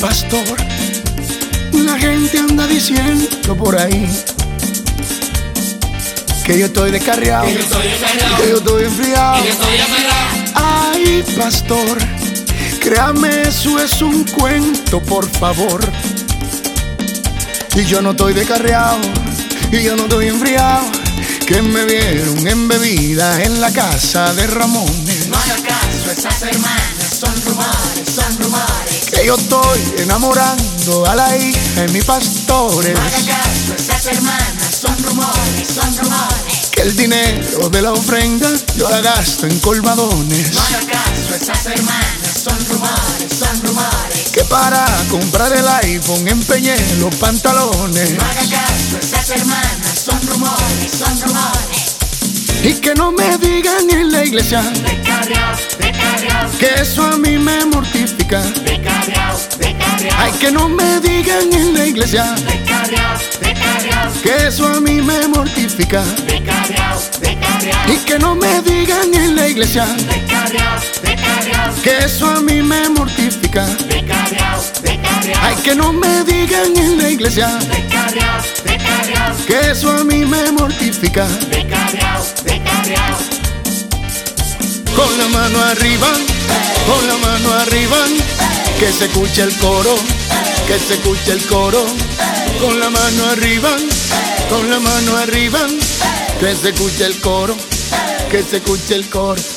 pastor. La gente anda diciendo por ahí que yo estoy descarriado, Que yo estoy enfermo, que yo estoy enfriado. que yo estoy enfermo. Ay, pastor, créame, eso es un cuento, por favor. Y yo no estoy descarriado, y yo no estoy enfriado, que me vieron en bebida en la casa de Ramones. No hagas caso, esas hermanas son rumores, son rumores. Que yo estoy enamorando a la hija de mis pastores. No hagas caso, esas hermanas son rumores, son rumores. Que el dinero de la ofrenda yo la gasto en colmadones. No hagas caso, esas hermanas son rumores, son rumores. Que para comprar el iPhone empeñé los pantalones. No hagas caso, esas hermanas son rumores, son rumores. Y que no me digan en la iglesia Descarriado, descarriado, que eso a mí me mortifica. descarriado, descarriado. Ay, que no me digan en la iglesia Descarriado, descarriado, que eso a mí me mortifica. descarriado, descarriado. Y que no me digan en la iglesia Descarriado, descarriado, que eso a mí me mortifica. descarriado, descarriado. Ay, que no me digan en la iglesia Descarriado, descarriado, que eso a mí me mortifica. descarriado, descarriado. Con la mano arriba, con la mano arriba, que se escuche el coro, que se escuche el coro. Con la mano arriba, con la mano arriba, que se escuche el coro, que se escuche el coro.